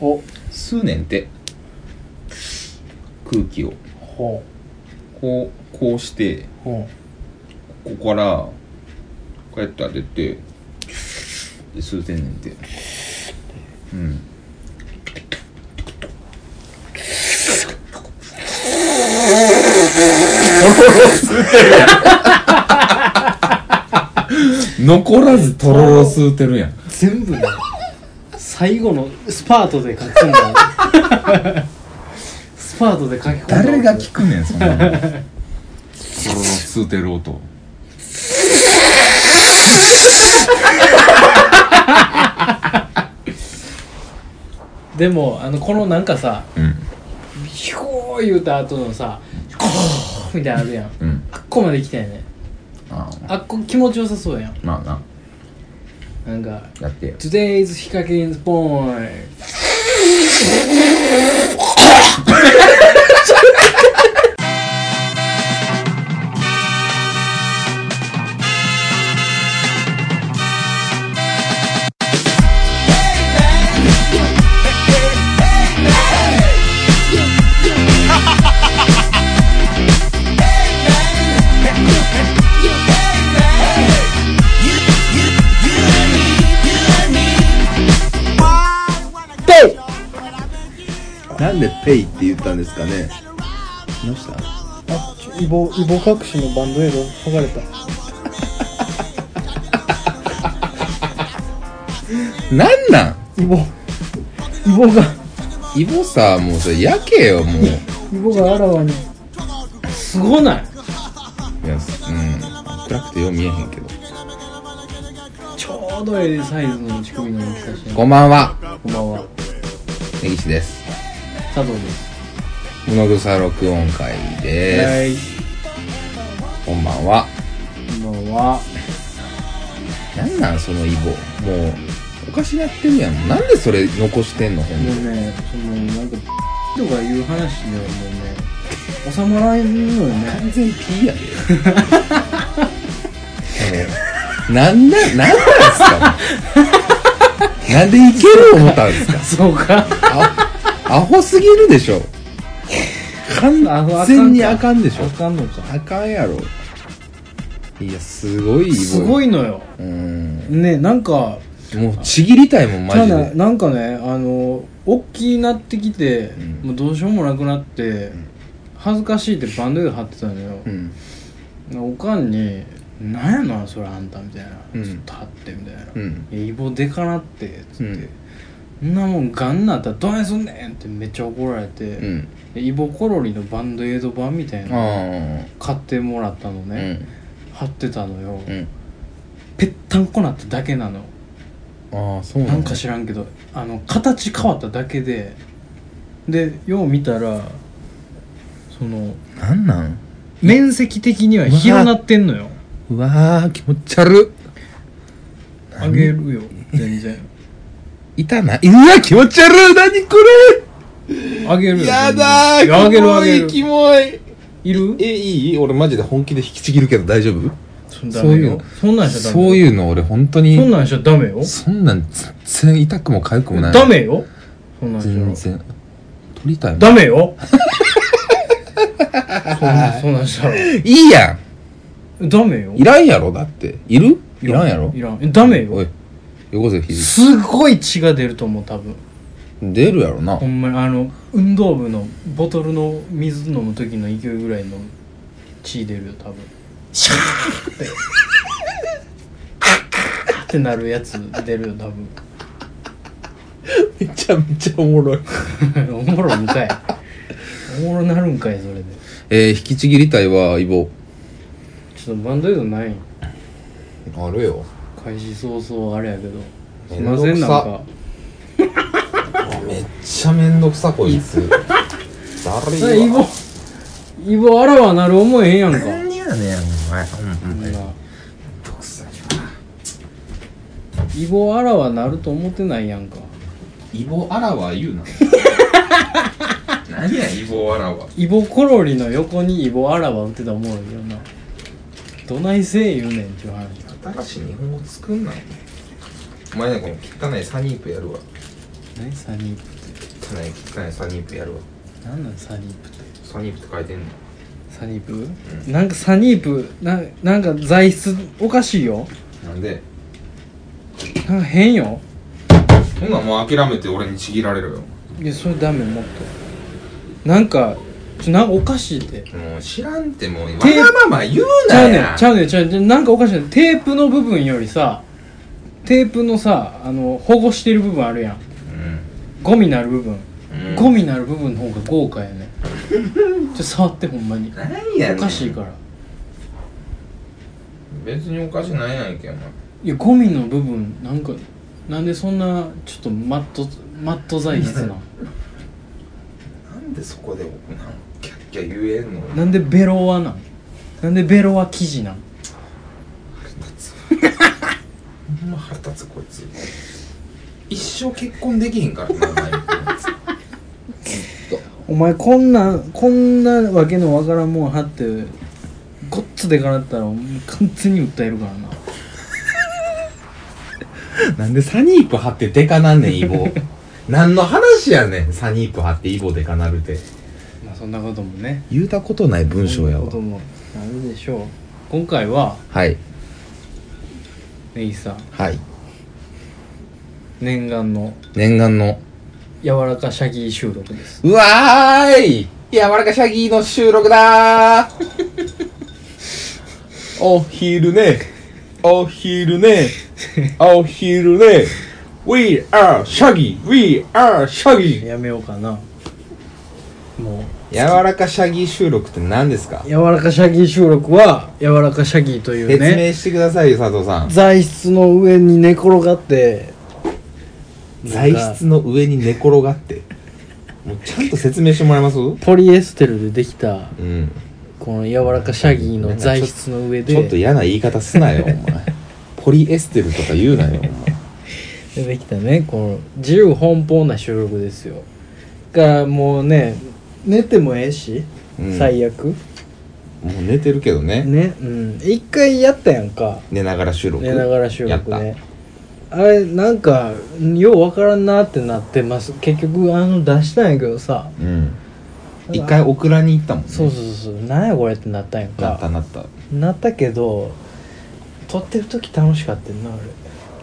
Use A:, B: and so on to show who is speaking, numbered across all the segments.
A: お
B: 吸うねんて空気を
A: ほ
B: こうこうして
A: うほ
B: ここからこうやって当ててで吸うてんねんてうん残らずとろろ吸うてるやん
A: う全部ね最後のスパートで書き込んだ スパートで書き込んだ
B: 誰が聞くねんそんなの とろろ吸うてる音
A: でもあのこのなんかさ
B: うん
A: ひょー言うた後のさコーみたいなのあるやん
B: うん
A: あっこまで来たよね
B: ああ
A: あっこ気持ちよさそうやん
B: まあな
A: なんか
B: やってよ
A: Today's ヒカキンスポーン
C: なんでペイって言ったんですかねどうした
D: あちょイボイボ隠しのバンドエイド剥がれた
B: なんなん
D: イボイボが
B: イボさもうそれやけよもう
D: イボがあらわに
A: すごない
B: いやうん暗くてよう見えへんけど
A: ちょうどええサイズの乳首の大きさして
B: こんばんは
A: こんばんは
B: 根岸です
A: 佐藤です
B: 物草録音会で
A: い
B: すこんばんは
A: こんばんは
B: なんなんそのイボもうおかしなってるやんなんでそれ残してんのほん
A: も
B: と
A: うねそのなんかとかいう話にはもうね収まらんのよね
B: 完全 P やでもうなんな、なんなんすか もうなんでいける思ったんですか
A: そうか
B: アホすぎるでしょ
A: アホあかんか
B: 完全にあかんでしょ
A: あかんのか
B: あかんやろいやすごいイボ
A: すごいのよ
B: うん
A: ねなんか
B: もうちぎりたいもんマ
A: た
B: ジ
A: だ
B: で
A: なんかねあの大きくなってきて、
B: ん
A: もうどうしようもなくなって、恥ずかしいってバンドエイド貼ってたのよ、
B: うん
A: おかんに「なんやなそれあんた」みたいな「
B: うん
A: ちょっと貼って」みたいな「
B: うん
A: いやイボでかなって」つって「そんなもんガンなったらどないすんねん!」ってめっちゃ怒られて、
B: うん
A: でイボコロリのバンドエイド版みたい
B: あ
A: なの
B: あ
A: 買ってもらったの
B: う
A: ね、
B: ん
A: 貼ってたのよ、
B: うん
A: ぺったんこなっただけなの
B: ああそう
A: な
B: な
A: んん
B: だ
A: か知らんけどあの形変わっただけででよう見たらその
B: なんなん
A: 面積的には広なってんのよ
B: うわー気持ち悪っ
A: あげるよ全然
B: 痛ないうわ気持ち悪い何こ
A: あげる
B: れ
A: よ
B: や
A: 全
B: だー
A: 然いやあげるあげ
B: キモい
A: る
B: キモい
A: いる
B: えいい俺マジで本気で引きちぎるけど大丈夫
A: そんそういう
B: そう
A: そんなんしちゃダメ
B: そういうの俺本当に
A: そんなんしちゃダメよ
B: そんなん全然痛くも痒くもない
A: ダメよそんなん
B: 全
A: しちゃ
B: 然取りたいもん
A: ダメよそんなそんなんしちゃ
B: いいや
A: ダメよ
B: んいらんやろだっているいらんやろ
A: いらんえダメ
B: お
A: よ
B: いよこせ肘
A: すごい血が出ると思う多分
B: 出るやろな
A: ほんまにあの運動部のボトルの水飲む時の勢いぐらいの血出るよ多分シャーってってなるやつ出るよ多分
B: めちゃめちゃおもろい
A: おもろみたいおもろなるんかいそれで
B: えー、引きちぎりたいはイボ
A: ちょっとバンドエイドないん
B: あるよ
A: 開始早々あれやけどすい
B: めん
A: ま
B: ど
A: せ
B: く
A: ん
B: さ
A: なんか
B: めっちゃめんどくさこいつ
A: そ
B: 誰
A: れイボイボあらわなる思えへんやんか
B: 何やねんお前ほんまに
A: 今イボあらわなると思ってないやんか
B: イボあらは言うな 何やイボあらは
A: イボコロリの横にイボあらわ打ってたらおもろいよなどないせえ言うねんっていう話
B: 新しい日本語作んなお前ねこの汚いサニープやるわ
A: 何サニープって
E: 汚い汚いサニープやるわ
A: なんなんサニープって
E: サニープって書いてんの
A: サニープ、なんかサニープななんか材質おかしいよ
E: なんで
A: なんか変よ
E: ほんなんもう諦めて俺にちぎられるよ
A: いやそれダメもっとなんかちょなんかおかしいって
E: もう知らんってもうわ
A: テー
E: がまま言う
A: ち
E: な
A: ゃうね
E: や
A: んちゃうねんちゃうねんなんかおかしいねんテープの部分よりさテープのさあの保護してる部分あるやんゴミなる部分、
E: うんうん
A: ゴミなる部分の方が豪華やねんちょっと触ってほんまに
E: 何やねん
A: おかしいから
E: 別におかしないやんけお前
A: いやゴミの部分なんかなんでそんなちょっとマットマット材質な
E: なんでそこで僕なんキャッキャ言えんの
A: なんでベロはなんなんでベロは生地なん
E: ほんま腹立つこいつ一生結婚できへんからなお前
A: お前こんなこんなわけのわからんもん貼ってごっつでかなったらもう完全に訴えるからな
B: なんでサニープ貼ってデカなんねん、イ ボ。何の話やねん、サニープ貼ってイボデカなるて。
A: まあそんなこともね
B: 言うたことない文章や
A: そんな
B: わ
A: こ。ともあるでしょう今回は
B: はい、
A: ネギさん
B: はい。
A: 念願の
B: 念願の。
A: 柔らかシャギー収録です
B: うわーい柔らかシャギーの収録だー お昼ね。お昼ね。お昼ね。We are シャギー !We are シャギー
A: やめようかなも
B: 柔らかシャギー収録って何ですか
A: う柔らかシャギー収録は柔らかシャギーという
B: 説
A: ね
B: 明してくださいよ、佐藤さん。
A: 材質の上に寝転がって
B: 材質の上に寝転がって。もうちゃんと説明してもらえますう
A: ポリエステルでできた
B: ん。
A: この柔らかシャギーの材質の上で
B: ちょっと嫌な言い方すなよ、お前。ポリエステルとか言うなよ、お前。
A: 出てきたねこの自由奔放な収録ですよだからもうね寝てもええし、
B: うん
A: 最悪
B: もう寝てるけどね。
A: ねうん一回やったやんか
B: 寝ながら収録。
A: 寝ながら収
B: や
A: 録
B: った。
A: ねあれなんかようわからんなってなってます結局あの出したんやけどさ
B: うん。一回オクラに行ったもんね。
A: そうそうそうそうなんやこれってなったんやんか
B: なったなった。
A: なったけど撮ってる時楽しかったよなあ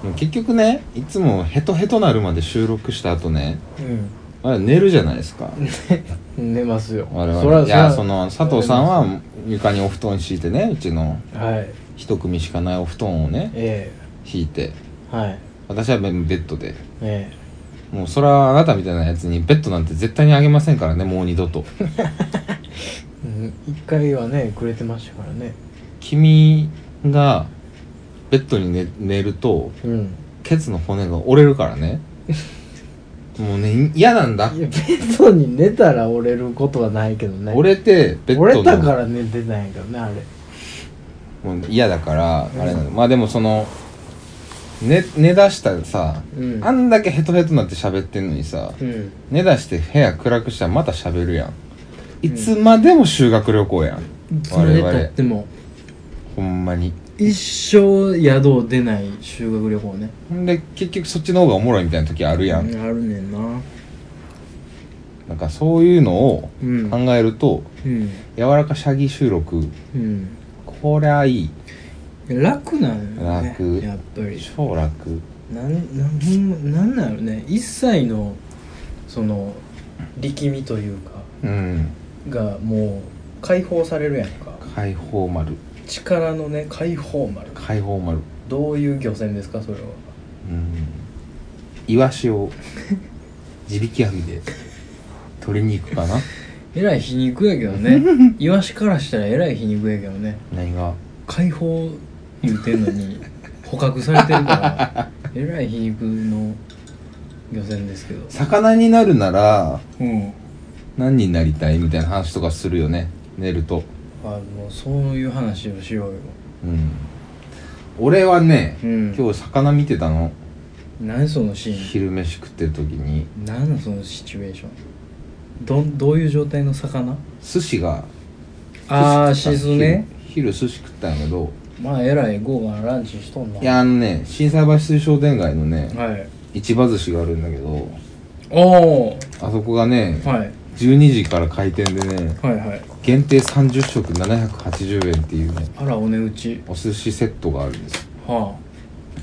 B: でも結局ね、いつもヘトヘトなるまで収録した後ね、
A: れ
B: まだ寝るじゃないですか。
A: うん寝ますよ
B: 我々
A: そら
B: いや
A: そ
B: そ
A: ら
B: の佐藤さんは床にお布団敷いてねうちの
A: はい
B: 一組しかないお布団をね
A: え
B: 敷いて
A: えはい
B: 私はベッドで
A: え
B: もうそれはあなたみたいなやつにベッドなんて絶対にあげませんからねもう二度と
A: えうん一回はねくれてましたからね
B: 君がベッドに寝寝ると
A: うん
B: ケツの骨が折れるか らねもうね嫌なんだ
A: いやベッドに寝たら折れることはないけどね
B: 折れてベッドの
A: 折れたから寝てたんやけどねあれ
B: もう嫌だからあれなの、まあでもその寝寝だしたらさ、
A: うん
B: あんだけヘトヘトになって喋ってんのにさ、
A: うん
B: 寝だして部屋暗くしたらまた喋るやんいつまでも修学旅行やん、
A: それで
B: 我
A: とっ
B: 々
A: ても
B: ほんまに
A: 一生宿を出ない修学旅行ね
B: ほんで結局そっちの方がおもろいみたいな時あるやん、
A: うんあるねんな
B: なんかそういうのを
A: うん
B: 考えると、
A: うん
B: 柔らかシャギ収録
A: うん
B: こりゃいい
A: 楽なんよね
B: 楽
A: やっぱり
B: 超楽
A: なんなんほんまなんなのね一切のその力みというか
B: うん
A: がもう解放されるやんか
B: 解放丸
A: 力のね解放丸
B: 解放丸
A: どういう漁船ですかそれは
B: うんイワ シを地引き網で取りに行くかな
A: えらい皮肉やけど ねイワシからしたらえらい皮肉やけどね
B: 何が
A: 解放言うてんのに捕獲されてるからえらい皮肉の漁船ですけど
B: 魚になるなら
A: うん
B: 何になりたいみたいな話とかするよね寝ると
A: あもうそういう話をしようよ
B: うん俺はね、
A: うん
B: 今日魚見てたの
A: 何そのシーン
B: 昼飯食ってる時に
A: 何のそのシチュエーションどんどういう状態の魚
B: 寿司が
A: ああ
B: 寿司食
A: シ
B: った
A: ズね
B: 昼昼寿司食ったんやけど
A: まあえらい豪華なランチしとんない
B: やあのね心斎橋水商店街のね、
A: はい
B: 市場寿司があるんだけど
A: おー
B: あそこがね、
A: はい
B: 12時から開店でね
A: はいはい
B: 限定30食780円っていうね
A: あらお値打ち
B: お寿司セットがあるんですよ
A: は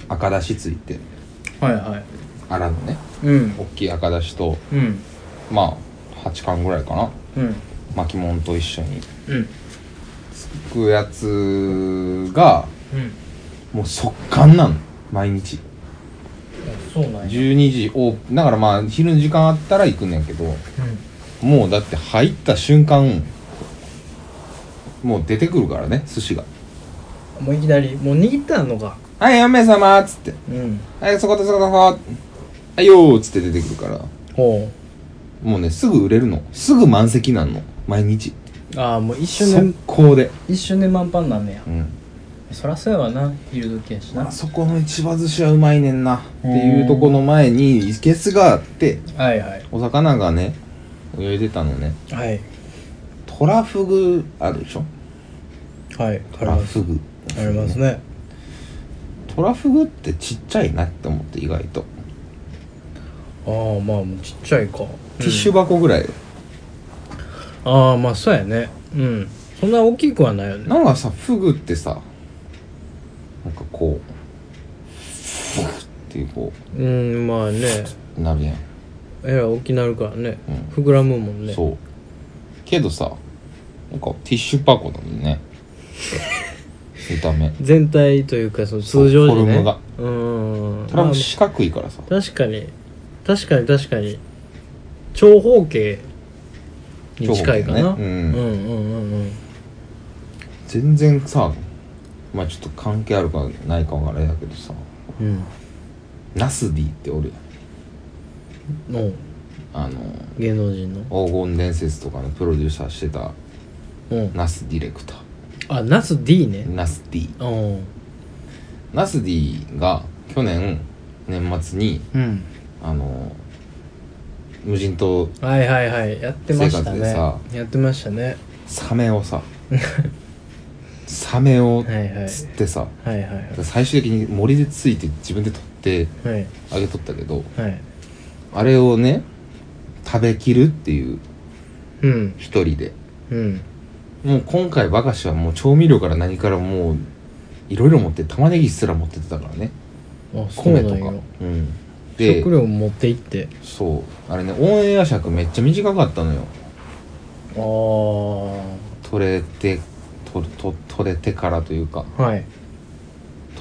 B: 赤だしついて
A: あはいはい
B: あらのね
A: うん
B: 大きい赤だしと
A: うん
B: まあ8貫ぐらいかな
A: うん
B: 巻きもんと一緒に
A: うん
B: 食うやつが
A: うん
B: もう速乾なの毎日
A: そうなんや
B: 12時オープンだからまあ昼の時間あったら行くんやけどもうだって入った瞬間もう出てくるからね寿司が
A: うんもういきなりもう握ってあんのか
B: 「はい4名様」っつって
A: うん
B: 「はいそことそことそこ」はいよー」っつって出てくるから
A: ほ
B: もうねすぐ売れるのすぐ満席なんの毎日
A: うああもう一瞬
B: 速
A: で
B: 攻で、
A: 一瞬で満パンなんねや
B: うん、
A: そらそうやわな昼時やしな
B: あそこの市場寿司はうまいねんなっていうとこの前に生けすがあって
A: はいはい
B: お魚がね泳いでたのね
A: はい
B: トラフグあるでしょ
A: はい
B: トラフグ
A: ありますね
B: トラフグってちっちゃいなって思って意外と
A: ああまあもうちっちゃいか
B: ティッシュ箱ぐらいよ、
A: ああまあそうやねうんそんな大きくはないよね
B: なんかさフグってさなんかこうフッっていうこ
A: うんまあね
B: うなるやん、
A: えらい大きなるからね
B: うん
A: 膨らむもんね
B: そうけどさなんかティッシュ箱なのね見た目
A: 全体というかその通常時ね
B: そうフォルムが
A: うん
B: トラ
A: ま
B: フ
A: あ
B: グ四角いからさ
A: 確かに確かに確かに長方形に近いか
B: 長
A: な、
B: 方形
A: う
B: ね
A: ん、
B: うん
A: うんうんうん
B: 全然さまあちょっと関係あるかないかはあれやけどさ
A: うん
B: ナスディっておるやん
A: おう
B: あの
A: 芸能人の
B: 黄金伝説とかのプロデューサーしてた
A: うん
B: ナスディレクター
A: あナス D ね
B: ナスディ
A: うん
B: ナスディが去年年末に
A: うん
B: あの無人島
A: はいはいはいやってました
B: 生活で
A: ね
B: さ
A: やってましたね
B: サメ をさサメを
A: はいはい
B: 釣ってさ、
A: はいはいはい
B: 最終的に森でついて自分で取って
A: はい
B: あげとったけど
A: はい
B: あれをね食べきるっていう
A: うん
B: 一人で
A: うん
B: もう今回バカシはもう調味料から何からもういろいろ持って玉ねぎすら持ってってたからね
A: あそうな
B: 米
A: ん
B: と
A: や
B: かうんで
A: 食料持って行って
B: そうあれねオンエア尺めっちゃ短かったのよ
A: ああ
B: 取れて取取取れてからというか
A: はい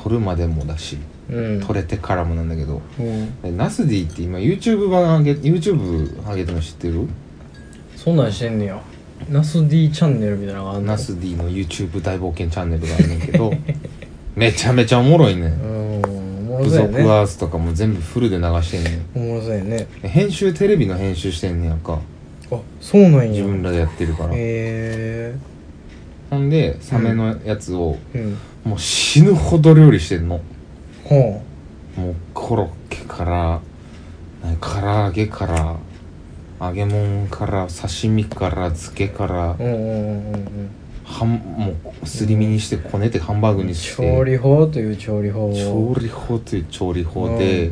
B: 取るまでもだし
A: うん
B: 取れてからもなんだけど
A: うん
B: でナスディって今 YouTube 版上げ YouTube 上げてるの知ってる
A: そんなんしてんねやナス D チャンネルみたいなのがあんの
B: ナスディの YouTube 大冒険チャンネルがあるねんけ どめちゃめちゃおもろいね
A: うんんおもろ
B: 部
A: そうや
B: 族
A: ね
B: アースとかも全部フルで流してんね
A: お
B: ん
A: もろそうやね
B: で編集テレビの編集してんねやんか
A: あそうなん
B: 自
A: や
B: 分らでやってるから
A: へ
B: ほんでサメのやつを
A: えうん
B: もう死ぬほど料理してんの
A: ほ
B: もうコロッケから何唐揚げから揚げ物から刺身から漬けから
A: ううんうんうんうん
B: はんもうすり身にしてこねてハンバーグにして
A: 調理法という調理法を
B: 調理法という調理法で、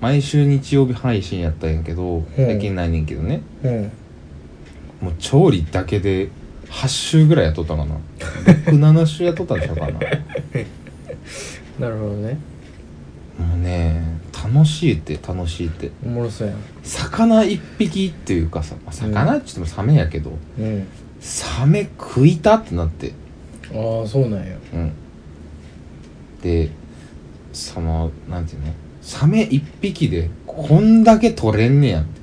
B: 毎週日曜日配信やったんやけど最近ないねんけどね
A: うん
B: もう調理だけで8週ぐらいやっとったかな67週やっとったんちゃうかな
A: なるほどね
B: もうね楽しいって楽しいって
A: おもろそうやん
B: 魚一匹っていうかさ、まあ魚って言ってもサメやけど、
A: うん
B: サメ食いたってなって
A: ああそうなんや
B: うんでそのなんていうのサメ一匹でこんだけ取れんねやって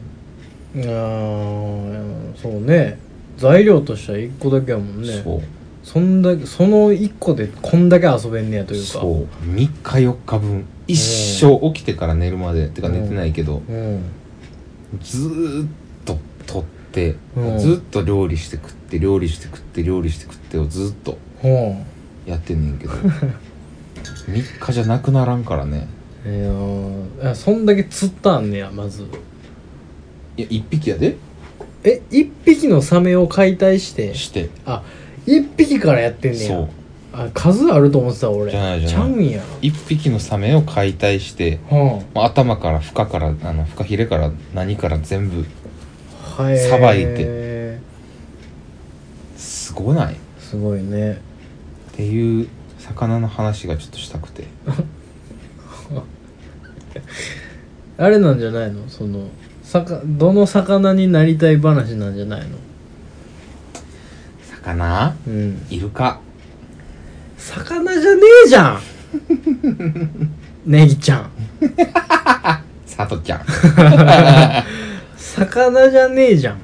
A: あーそうね材料としては1個だけやもんね
B: そう
A: そんだけその1個でこんだけ遊べんねやというか
B: そう3日4日分一生起きてから寝るまでてか寝てないけど、
A: うん
B: ずーっと取って、
A: うん
B: ずーっと料理して食って料理して食って料理して食ってをずーっと
A: ほ
B: やってんね んけど3日じゃなくならんからね
A: ういやーあそんだけ釣ったんねやまず
B: いや1匹やで
A: え一1匹のサメを解体して
B: して
A: あ一1匹からやってんねや
B: そう
A: あ数あると思ってた俺
B: じゃないじ
A: ち
B: ゃ
A: ゃ
B: ない
A: うんや
B: 一匹のサメを解体して
A: は
B: もう頭からフカからあのフカヒレから何から全部
A: あはい
B: さばい
A: て
B: すごないっ
A: すごいね
B: ていう魚の話がちょっとしたくて
A: あれなんじゃないのそのさかどの魚になりたい話なんじゃないの
B: 魚
A: うん
B: イルカ
A: 魚じゃねえじゃ んネギちゃん
B: サトちゃん
A: 魚じゃねえじゃん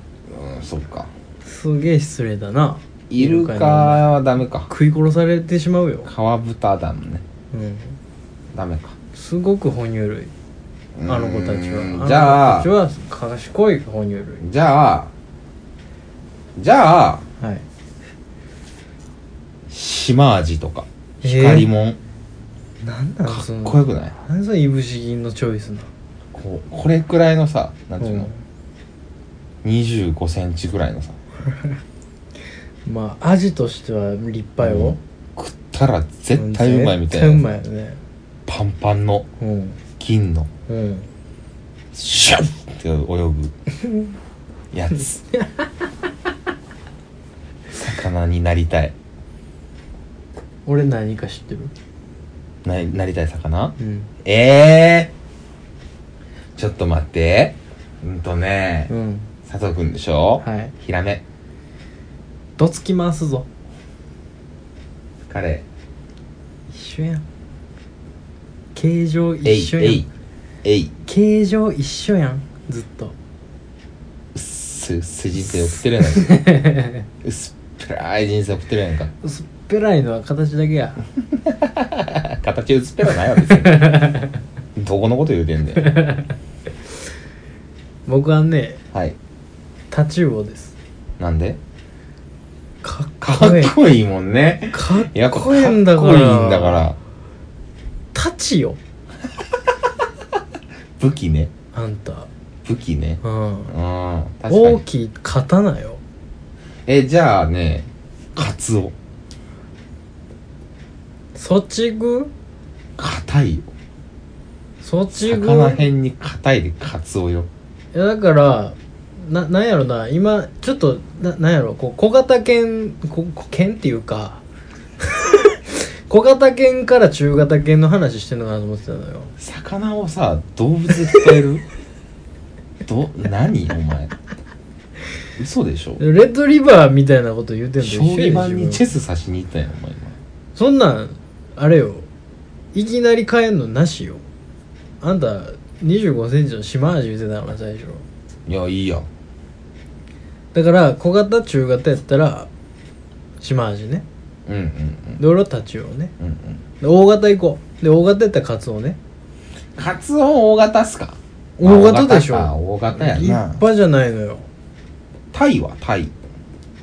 B: うんそっか
A: すげえ失礼だな
B: イルカはダメか
A: 食い殺されてしまうよ、
B: 川豚だもんね
A: うん、
B: ダメか
A: すごく哺乳類あの子たちは
B: う
A: あ
B: ー
A: の
B: ん
A: 子
B: じゃあ
A: たちは賢い哺乳類
B: じゃあじゃあ
A: はい
B: 島味とか
A: えー
B: 光もん、
A: なんなん
B: か
A: そ
B: っ
A: の
B: こよくない
A: 何そのいぶし銀のチョイスな
B: こうこれくらいのさなんていう
A: う
B: の、2 5ンチぐらいのさ
A: んまあ味としては立派よ、
B: 食ったら絶対うまいみたい
A: 絶対
B: な、
A: うまいよね
B: パンパンの
A: うん
B: 銀の
A: うん
B: シュッって泳ぐやつ魚になりたい
A: 俺何か知ってる
B: ななりたい魚
A: うん
B: ええー、ちょっと待ってうんとね、
A: うん
B: 佐藤君でしょ、
A: はい
B: ヒラメ
A: どつき回すぞ
B: 彼
A: 一緒やん形状
B: え
A: 一
B: い
A: 緒
B: え
A: や
B: い
A: ん
B: えい
A: 形状一緒やんずっ と
B: す筋生送ってるやないか薄っぺらい人生送ってるやんか
A: 薄っぺらいのは形だけや
B: 形薄っぺらないわ別 にどこのこと言うてんだよ
A: 僕はね
B: はい
A: タチウオです
B: なんで
A: かっ
B: か
A: こいい
B: っこいいもんね
A: かっ
B: いやかっ
A: こ
B: こ
A: い
B: い
A: い
B: い
A: ん
B: ん
A: だ
B: だ
A: か
B: からら
A: タチよ
B: 武器ね
A: あんた
B: 武器ね
A: うん
B: うん確か
A: 大
B: に
A: きい刀よ
B: えじゃあねカツオ
A: そちぐ
B: 硬いよ
A: そちぐ
B: 魚辺に硬いでカツオよ
A: いやだからななんやろな今ちょっとななんやろこう小型犬ここ犬っていうか 小型犬から中型犬の話してんのかなと思ってたのよ
B: 魚をさ動物で伝 えるど何お前嘘でしょ
A: レッドリバーみたいなこと言うてんのと
B: 将
A: 一緒や
B: 棋
A: で
B: 盤
A: 自
B: に
A: 分
B: チェス指しに行ったんやお前今
A: そんなんあれよいきなり変えんのなしよあんた2 5センチの島味言ってたから最初
B: いやいいやん
A: だから小型中型やったら島味ね
B: うんうんうん
A: で俺はタチウオね
B: うんうん
A: で大型行こうで大型やったらカツオね
B: カツオ大型っすか
A: 大型でしょ
B: まあ大型か大型
A: 立
B: やな
A: 派じゃないのよ
B: タイはタイ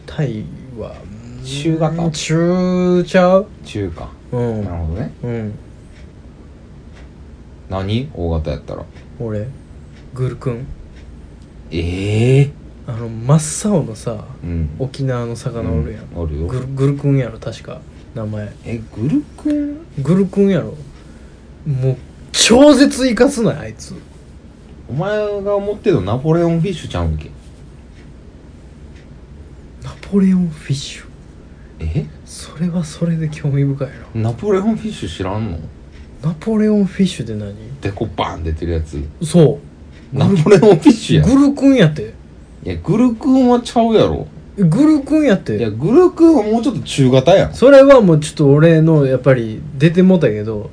A: タイはうん
B: 中型
A: 中ちゃう
B: 中か
A: うん
B: なるほどね
A: うん
B: 何大型やったら
A: 俺グルくん
B: ええ
A: あの真っ青のさ
B: うん
A: 沖縄の魚おるやん、
B: うんおるよ
A: グルグルくんやろ確か名前
B: えグルクン
A: グルくんやろもう超絶いかつないあいつ
B: お前が思ってるのナポレオンフィッシュちゃうんけ
A: ナポレオンフィッシュ
B: え
A: それはそれで興味深い
B: ナポレオンフィッシュ知らんの
A: なナポレオンフィッシュって何
B: でこバーン出てるやつ
A: そ
B: ナポレオンフィッシュ
A: う
B: やんい
A: グルくんやって
B: やグルクンはちゃうやろ
A: グルくんやっ
B: いや
A: て
B: グルクンはもうちょっと中型やん
A: それはもうちょっと俺のやっぱり出てもうたけど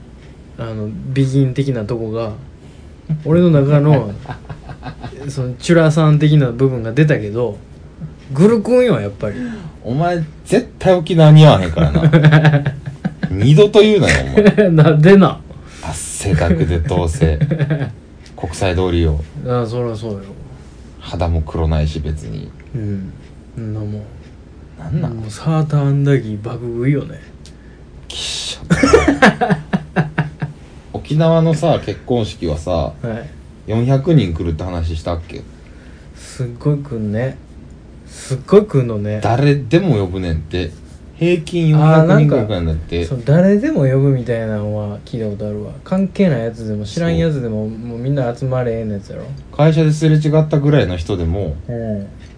A: あのビギン的なとこが俺の中 のそのチュラさん的な部分が出たけどグルくんよやっぱり
B: お前絶対沖縄似合わへんからな 二度と言うなよお前
A: なんでな
B: 汗だくでどうせ国際通りを
A: ああそりゃそうよ
B: 肌も黒ないし別に
A: うんんなもん
B: なんなん、
A: もうサーターアンダギー爆食いよね
B: きっしゃ沖縄のさ結婚式はさ
A: はい
B: 400人来るって話したっけ
A: すっごい食うねすっごい食うのね
B: 誰でも呼ぶねんって平均
A: あー
B: 400
A: なん
B: 人ぐ
A: から
B: いなんだって
A: そう誰でも呼ぶみたいなのは聞いたことあるわ関係ないやつでも知らんやつでももうみんな集まれえんやつやろ
B: 会社ですれ違ったぐらいの人でも
A: う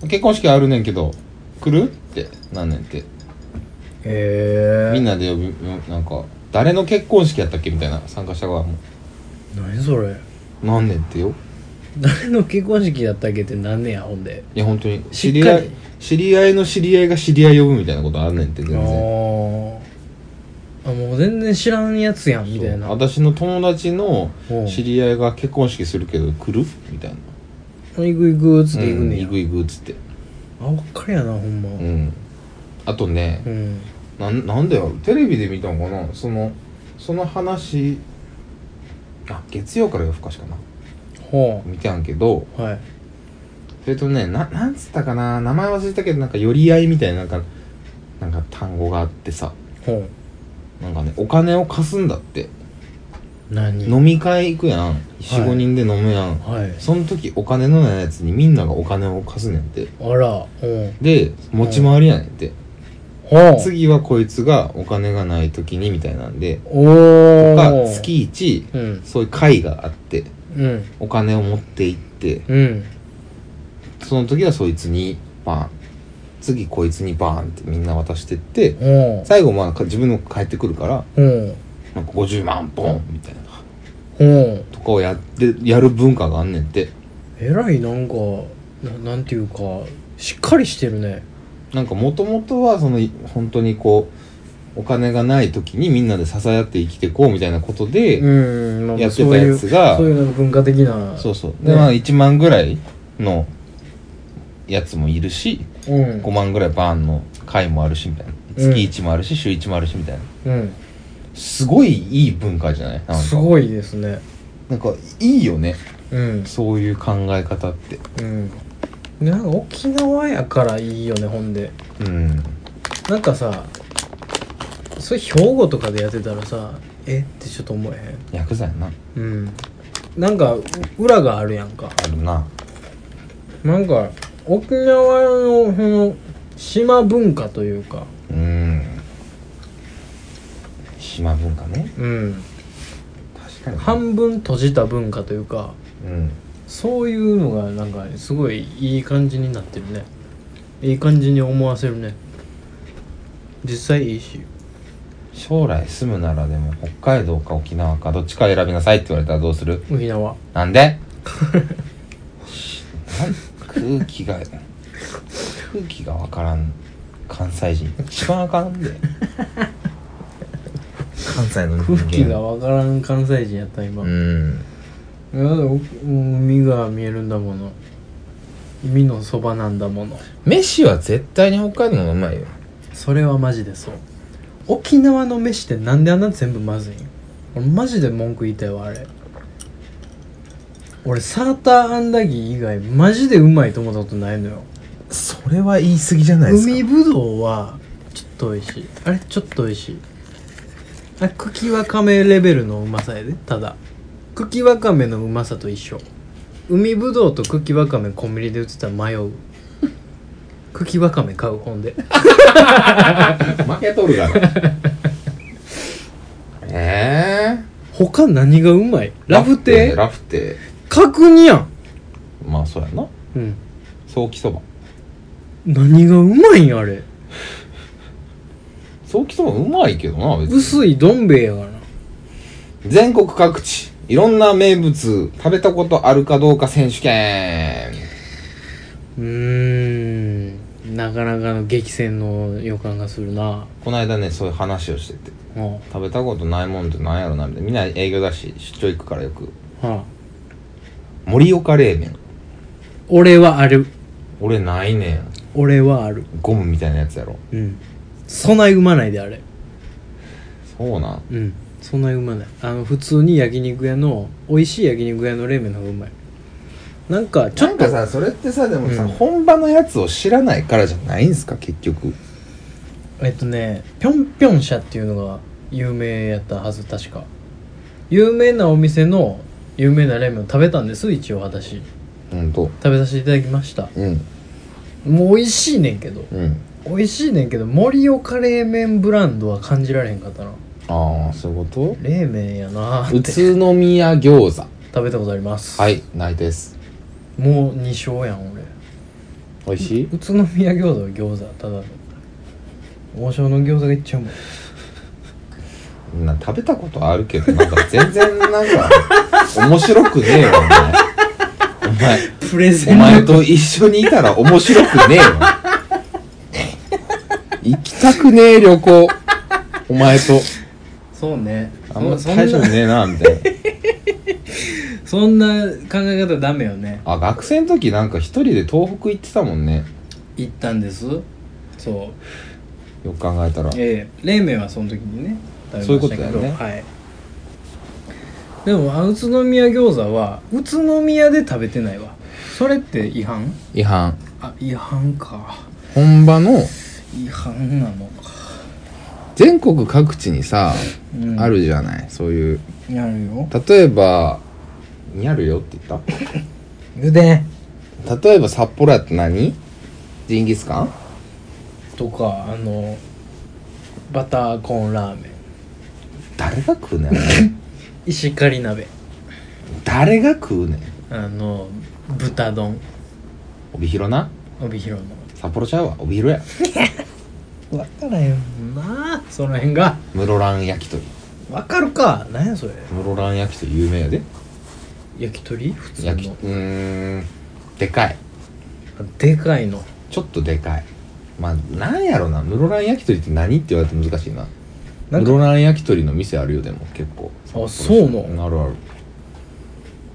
A: ん
B: 結婚式あるねんけど来るってなんねんって
A: へえ
B: みんなで呼びうんなんか誰の結婚式やったっけみたいな参加した側も
A: 何それ
B: なんねんってよ
A: 誰の結婚式だったっけってなんねやほんで
B: いや本当に
A: し
B: 知
A: っ
B: り
A: か
B: 合
A: り
B: い知り合いの知り合いが知り合い呼ぶみたいなことあんねんって全
A: あ
B: 然
A: ーあもう全然知らんやつやんみたいな
B: そう私の友達の
A: うん
B: 知り合いが結婚式するけど来るみたいな
A: 行く行くっつって行く
B: うん
A: ね
B: 行
A: や、
B: く行くっつって
A: あばっかりやなほんま
B: う
A: うん
B: あとね
A: ん
B: なんなんだよテレビで見たのかなそのその話あ月曜から夜更かしかな
A: ほ
B: 見てたんけど
A: うはい
B: それとねななんつったかな名前忘れたけどなんか寄り合いみたいななんかなんか単語があってさ
A: ほ
B: なんかねお金を貸すんだって
A: う何
B: 飲み会行くやん45、人で飲むやん
A: はい
B: その時お金のないやつにみんながお金を貸すねんて
A: あらうん
B: で持ち回りやねんて
A: ほう
B: 次はこいつがお金がない時にみたいなんで
A: お
B: とか
A: お
B: 月一
A: うん
B: そういう会があって
A: うん
B: お金を持って行って
A: うん
B: その時はそいつにバーン次こいつにバーンってみんな渡してって
A: ほ
B: 最後まあ自分の帰ってくるから
A: うほう
B: なんか50万ボンみたいな
A: ほう
B: とかをやってやる文化があんねんって
A: えらいなんかななんていうかしっかりしてるね
B: なんかもともとはその本当にこうお金がない時にみんなで支え合って生きてこうみたいなことで、
A: うんまあ
B: やってたやつが
A: そういうそういうなんか文化的な
B: そうそう
A: ね
B: で、まあ1万ぐらいのやつもいるし
A: うん
B: 5万ぐらいバーンの回もあるしみたいな
A: うん
B: 月1もあるし週1もあるしみたいな
A: うん
B: すごいいい文化じゃないなん
A: す
B: か
A: ごいですね
B: なんかいいよね
A: うん
B: そういう考え方って
A: うんなんか沖縄やからいいよねほんで
B: うん
A: なんかさそれ兵庫とかでやってたらさえってちょっと思え
B: ヤクザやな
A: へんうんなんかう裏があるやんか
B: あるな
A: なんか沖縄のその島文化というか
B: うん島文化ね
A: うん
B: 確かに
A: 半分閉じた文化というか
B: うん
A: そういうのがなんかすごいいい感じになってるねいい感じに思わせるね実際いいし
B: 将来住むならでも北海道か沖縄かどっちか選びなさいって言われたらどうする
A: 沖縄
B: なんでなん空気が空気が分からん関西人一番あかんで関西の人間
A: 空気がわからん関西人やった今、
B: うん
A: いやだってお海が見えるんだもの海のそばなんだもの
B: 飯は絶対に北海道の方がうまいよ
A: それはマジでそう沖縄の飯ってなんであんな全部まずいん俺マジで文句言いたいわあれ俺サーターアンダギー以外マジでうまいと思ったことないのよ
B: それは言い過ぎじゃな
A: 海ぶどうはちょっと美味しいあれちょっと美味しいあ茎わかめレベルのうまさやでただ茎わかめのうまさと一緒海ぶどうと茎わかめコンビニで売ってたら迷 う茎わかめ買う本で
B: 負けとるがなええ
A: 他何がうまいラフテー
B: ラフテ
A: 角煮やん
B: ーまあそうやな
A: うん
B: 早期そば
A: 何がうまいんあれ
B: 早期そばうまいけどな別に
A: 薄いどん兵衛やからな
B: 全国各地いろんな名物食べたことあるかどうか選手権
A: うーんなかなかの激戦の予感がするな
B: この間ねそういう話をしてて
A: は
B: 食べたことないもんってなんやろなみたいなみんな営業だし出張行くからよく
A: あ、はあ
B: 盛岡冷麺
A: 俺はある
B: 俺ないねん
A: 俺はある
B: ゴムみたいなやつやろ
A: うんそんな産まないであれ
B: そうなん
A: うんそんな産まないあの普通に焼肉屋の美味しい焼肉屋の冷麺の方がうまいなんかちょっと
B: さそれってさでも
A: うん
B: 本場のやつを知らないからじゃないんすか結局
A: えっとねぴょんぴょん社っていうのが有名やったはず確か有名なお店の有名な冷麺を食べたんです一応私
B: うんと
A: 食べさせていただきました
B: うん
A: もう美味しいねんけど
B: うん
A: 美味しいねんけど盛岡冷麺ブランドは感じられへんかったな
B: ああそういうこ
A: 冷麺やな
B: と
A: ー
B: 宇
A: って
B: 都宮餃子
A: 食べたことあります
B: はいないです
A: もう2勝やん俺
B: 美味しい
A: 宇都宮餃子は餃子ただの王将の餃子がいっちゃうもん
B: な食べたことあるけどなんか全然なんか面白くねえよお前
A: プレ
B: お前お前と一緒にいたら面白くねえよ行きたくねえ旅行お前と
A: そうね
B: あんま
A: そそん
B: 大丈夫
A: な
B: ねえなみたいな
A: そんな考え方ダメよね
B: あ学生の時なんか一人で東北行ってたもんね
A: 行ったんですそう
B: よく考えたら
A: ええ冷麺はその時にね
B: そういうことだよね
A: 食べましたけどはいでもあ宇都宮餃子は宇都宮で食べてないわそれって違反
B: 違反
A: あ違反か
B: 本場の
A: 違反なのか、
B: 全国各地にさ、
A: うん
B: あるじゃないそういう
A: やるよ
B: 例えばにあるよって言っ
A: うでん
B: た例えば札幌やって何ジンギスカン
A: とかあのバターコーンラーメン
B: 誰が食うねん
A: 石狩鍋
B: 誰が食うねん
A: あの豚丼
B: 帯広な
A: 帯広
B: 札幌ちゃうわ帯広や
A: の分からへんなあその辺が
B: 室蘭焼き鳥
A: 分かるか何やそれ
B: 室蘭焼き鳥有名やで
A: 焼き鳥普通の
B: 焼きうーんでかい
A: でかいの
B: ちょっとでかいまあなんやろな室蘭焼き鳥って何って言われて難しいな
A: なんか
B: 室蘭焼き鳥の店あるよでも結構
A: あそうな
B: あるある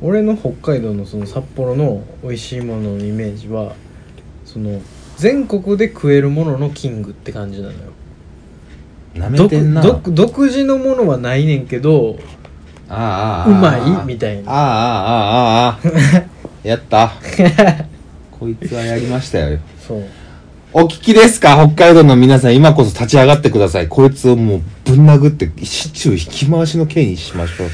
A: 俺の北海道のその札幌の美味しいもののイメージはその全国で食えるもののキングって感じなのよ
B: なめ
A: 独
B: てんな
A: 独独自のものはないねんけど
B: ああああ
A: うまいみ
B: い
A: たいな
B: あああああああ あやったこいつはやりましたよ
A: そう
B: お聞きですか北海道の皆さん今こそ立ち上がってくださいこいつをもうぶん殴って市中引き回しの刑にしましょう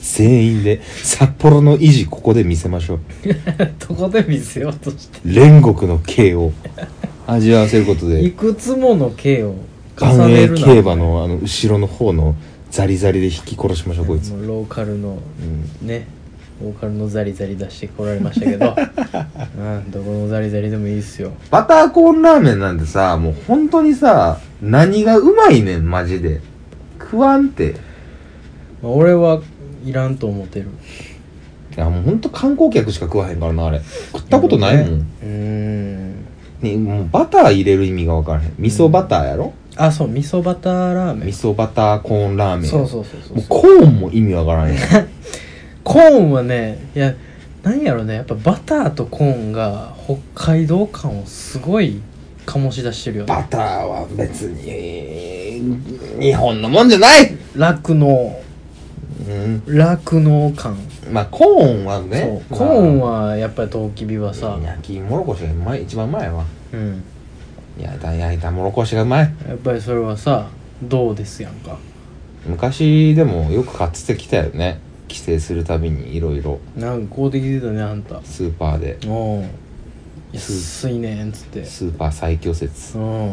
B: 全員で札幌の維持ここで見せましょう
A: どこで見せようとして
B: 煉獄の刑を味わわせること
A: い
B: で
A: くつもの刑を重
B: 万
A: ね
B: 栄
A: るな
B: 競馬のあの後ろの方のザリザリで引き殺しましょうこいつ、
A: もうローカルの
B: うん、
A: ねローカルのザリザリ出してこられましたけ ど、うん、どこのザリザリでもいいっすよ
B: バターコーンラーメンなんてさもう本当にさ何がうまいねんマジで食わんて
A: まあ俺はいらんと思ってる
B: いやもうほんと観光客しか食わへんからなあれ食ったことないもん、
A: うーん
B: ね、もうバター入れる意味が分からへん味噌バターやろ、
A: あそう味噌バターラーメ
B: 味噌バターコーンラー
A: ン
B: メン
A: そうそうそうそう
B: もうコーンも意味分からへん
A: コーンはねいやなんやろねやっぱバターとコーンが北海道感をすごい醸し出してるよ
B: バ
A: ね
B: ターは別に日本のもんじゃない
A: 酪農
B: うん
A: 酪農感
B: まあコーンはね
A: そうコーン
B: は
A: はやっぱりトウキビはさ
B: 焼きもろこしがうまい一番うまいわ
A: うん
B: 焼いた焼いたもろこしがうまい
A: やっぱりそれはさどうですやんか
B: 昔でもよく買ってきたよね帰省するたびにいろいろ
A: なんかこうできてたねあんた
B: スーパーで
A: おう安いねんっつって
B: スーパー最強説
A: うん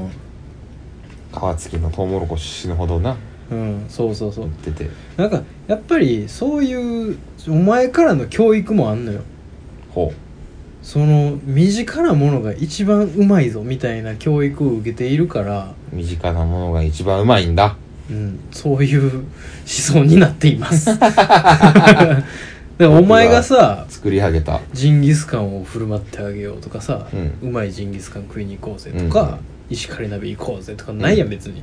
B: 皮付きのトウモロコシ死ぬほどな
A: うんそうそうそ
B: 売
A: う
B: ってて
A: なんかやっぱりそういうお前からの教育もあんのよ
B: ほ
A: その身近なものが一番うまいぞみたいな教育を受けているから、
B: う身近なものが一番うまいんだ
A: うん、そういう思想になっていますだ からお前がさ
B: 作り上げた
A: ジンギスカンを振る舞ってあげようとかさ、
B: う
A: うまいジンギスカン食いに行こうぜと
B: うん
A: か、石狩鍋行こうぜとかないやん別に、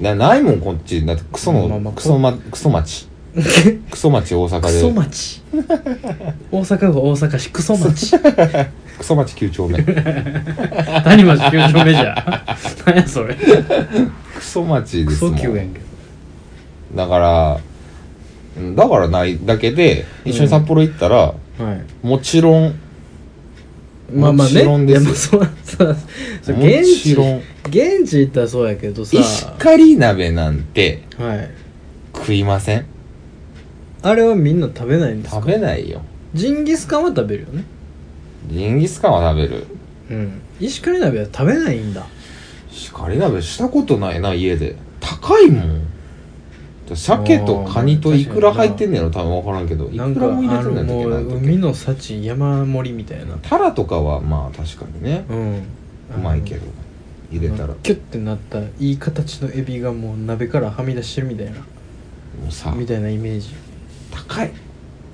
B: なないもんこっちだってクソの、
A: まあまあ
B: クソ、ま、ク ソ町クソ町大阪
A: クソ
B: で
A: 町大阪府大阪市クソ町
B: クソ町9丁 目ク
A: 何町9丁目じゃ 何やそれ
B: ソ町で
A: ク
B: すも
A: ソ
B: ん
A: 級やんけど
B: だからうんだからないだけで一緒に札幌行ったら、
A: はい
B: もちろん
A: まあまあ
B: も
A: ね
B: ちろんです
A: いやまあそうそうそう
B: も
A: 現
B: ち
A: 地
B: ろん
A: 現地行ったらそうやけどさ
B: 石狩鍋なんて
A: はい
B: 食いません
A: あれはみんな食べないんですか
B: 食べないよ
A: ジンギスカンは食べるよね
B: ジンギスカンは食べる
A: うん石狩鍋は食べないんだ
B: しかり鍋したことないな家で高いもん鮭とカニとイクラ入ってんねやろ多分分からんけどい
A: なん
B: く
A: から
B: も入れ
A: あ
B: てんね
A: の
B: んだっ
A: も
B: けな
A: うん
B: だっ
A: 海
B: け
A: の幸山盛りみたいな
B: タラとかはまあ確かにね
A: うん
B: うまいけど入れたら
A: う
B: も
A: んキュッてなったいい形のエビがもう鍋からはみ出してるみたいな
B: うさ
A: みたいなイメージ
B: 高い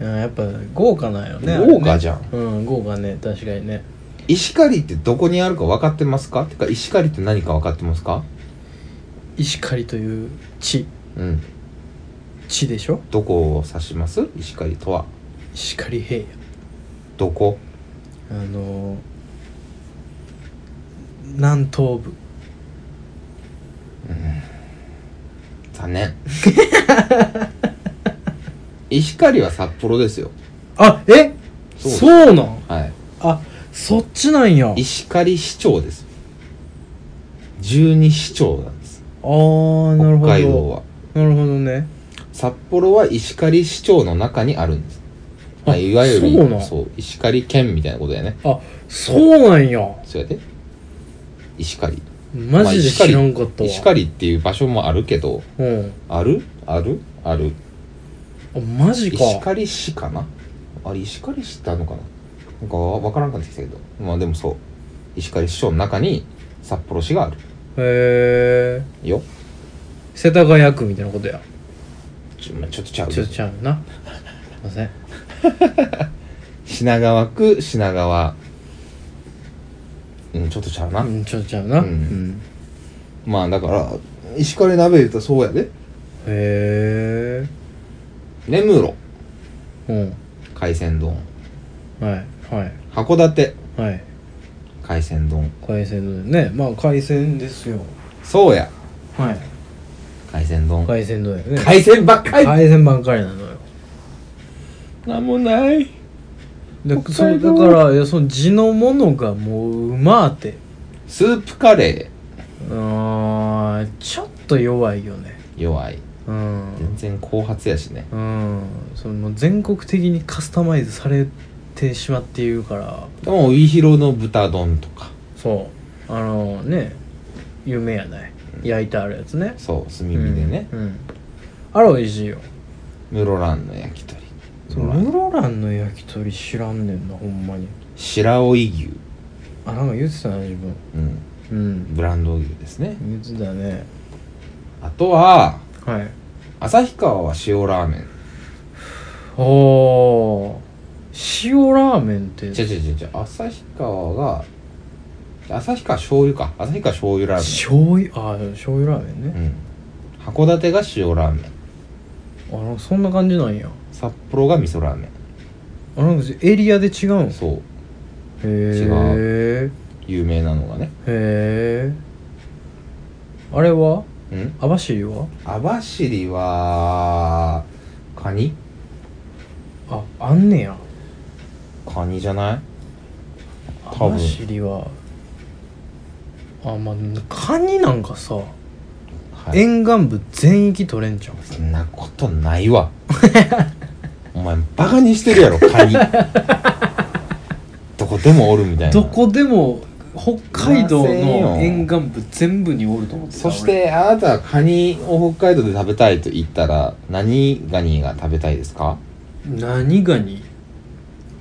A: うんやっぱ豪華なんよね
B: 豪華じゃん
A: あれねうん豪華ね確かにね
B: 石狩ってどこにあるか分かってますかてか石狩って何か分かってますか
A: 石狩という地
B: うん
A: 地でしょ
B: どこを指します石狩とは
A: 石狩平
B: どこ
A: 野あのー南東部
B: 残念石狩は札幌ですよ
A: あえ
B: そう
A: そうなん
B: はい
A: あそっちなんやあ
B: 石狩市長です十二市長なんです
A: ーなるほ
B: 北
A: ど
B: 海道は
A: なるほどね
B: 札幌は石狩市長の中にあるんです、まあ、
A: あ
B: いわゆ
A: そうな
B: る
A: ん
B: そう石狩県みたいなことだよね
A: あそうなんや
B: そうやって石狩
A: マジで知らんかったわ、
B: 石狩っていう場所もあるけど
A: うん
B: あるあるある
A: あマジか
B: 石狩市かなあれ石狩市ってあるのかななんかわわからんかってきたけどまあでもそう石狩市長の中に札幌市がある
A: へえ
B: よ
A: 世田谷区みたいなことや
B: ちょ,、まあ、ちょっとちゃう
A: ちょっとちゃうなすいません
B: 品川区品川うんちょっとちゃうな、
A: うんちょっとちゃうな、
B: うんまあだから石狩鍋言うたらそうやで
A: へ
B: 根室
A: えうん
B: 海鮮丼
A: はいはい
B: 函館
A: はい
B: 海鮮丼
A: 海鮮丼ねまあ海鮮ですよ
B: そうや
A: はい
B: 海鮮丼
A: 海鮮丼やね
B: 海鮮ばっかり
A: 海鮮ばっかりなのよ
B: なんもない
A: で
B: 北
A: そう
B: 海道
A: だからいやその地のものがもううまーって
B: スープカレ
A: うーんちょっと弱いよね
B: ー弱い
A: うん
B: 全然後発やしね
A: うんそのもう全国的にカスタマイズされてしまっているから
B: でも帯広の豚丼とか
A: そうあのね有名やない焼いてあるやつね
B: そう炭火でね
A: うん、うんあれ美味しいよ
B: 室蘭の焼き鳥
A: その室蘭の焼き鳥知らんねんなほんまに
B: 白老牛、
A: あなんか言ってたな自分
B: うん、
A: うん
B: ブランド牛ですね
A: 言ってたね
B: あとは
A: はい
B: 旭川は塩ラーメン
A: おー塩ラーメンって
B: 違う違う違う違う旭川が旭川醤油か旭川醤油ラー
A: 醤油あー醤油ラーメン
B: メ
A: ね、
B: ン、うん、函館が塩ラーメン
A: あなんかそんな感じなんや
B: 札幌が味噌ラーメ
A: あなんかエリアで違うん
B: ン
A: へ
B: そう
A: え
B: 有名なのがね
A: へえあれは
B: うん
A: 網走は
B: 網走はカニ
A: ああんねや
B: カニじゃない多
A: 網
B: 分
A: 走はあまあカニなんかさ、
B: はい
A: 沿岸部全域取れんじゃん
B: そんなことな いわお前バカにしてるやろカニどこでもおるみたいな
A: どこでも北海道
B: いませんよ
A: の沿岸部全部におると思ってた
B: そしてあなたはカニを北海道で食べたいと言ったら何ガニが食べたいですか
A: 俺何ガニ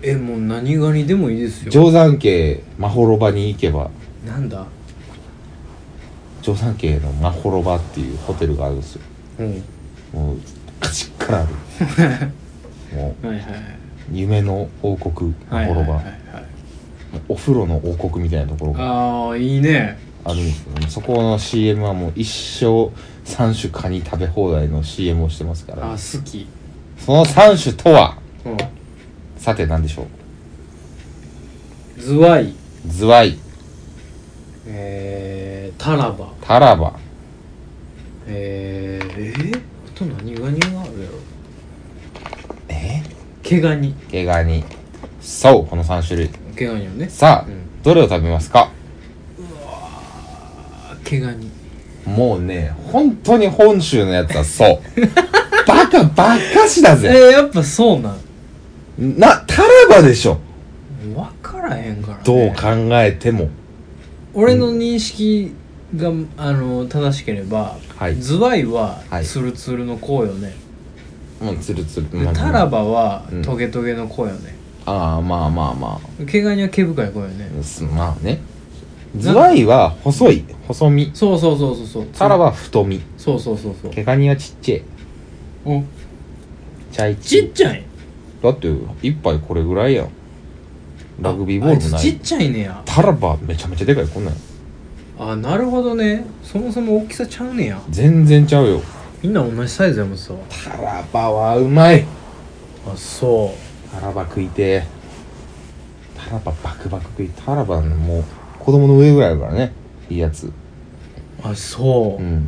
A: えもう何ガニでもいいですよ
B: 定山渓まほろばに行けば
A: なんだ
B: 定山渓のまほろばっていうホテルがあるんですよ
A: うん
B: もうカチッからあ るも
A: はいはいはい。
B: う夢の王国ま
A: はい
B: ほ
A: は
B: ろ
A: いは
B: ば
A: いはい。
B: お風呂の王国みたいなところが
A: ああ、いいね。
B: あるんですけどもそこの CM はもう一生3種カニ食べ放題の CM をしてますか
A: あ
B: ら
A: 好き。
B: その3種とは
A: うん。
B: さて何でしょう
A: ズワイ、
B: ズワイ
A: えー、タラバ、
B: タラバ
A: えー、えー、あと何ガニがあるやろ
B: え
A: 毛ガニ。
B: 毛ガニそうこの3種類
A: 毛ガニよね。
B: さあ、
A: うん
B: どれを食べますか
A: あ毛ガニ。
B: もうね本当に本州のやつはそう バカバカしだ
A: えー、
B: ぜ
A: やっぱそうなん。
B: なタラバでしょ
A: わからへんから、ね。
B: どう考えても
A: 俺の認識があの正しければ、
B: はい
A: ズワイは
B: はい
A: ツルツルの子よね、
B: うんつるつる
A: でタラバは
B: うん
A: トゲトゲの子よね、
B: ああまあまあま
A: 毛ガニは毛深い子よね、
B: あすまあねズワイは細い細身
A: そうそうそうそうそう
B: タラは太身
A: そうそうそうそう
B: 毛ガニはちっちゃい
A: お
B: ちゃい
A: ちっちゃい
B: だって一杯これぐらいやんラグビーボールも
A: あ
B: な
A: つちっ
B: い
A: ちゃいねや
B: タラバめちゃめちゃでかいこんなんや
A: あなるほどねそもそも大きさちゃうねや
B: 全然ちゃうよ
A: みんな同じサイズやもんさ
B: タラバはうまい
A: あそ
B: タラバ食いてえタラババクバク食いタラバのもう子供の上ぐらいやからねいいやつ
A: うあそうう、
B: ん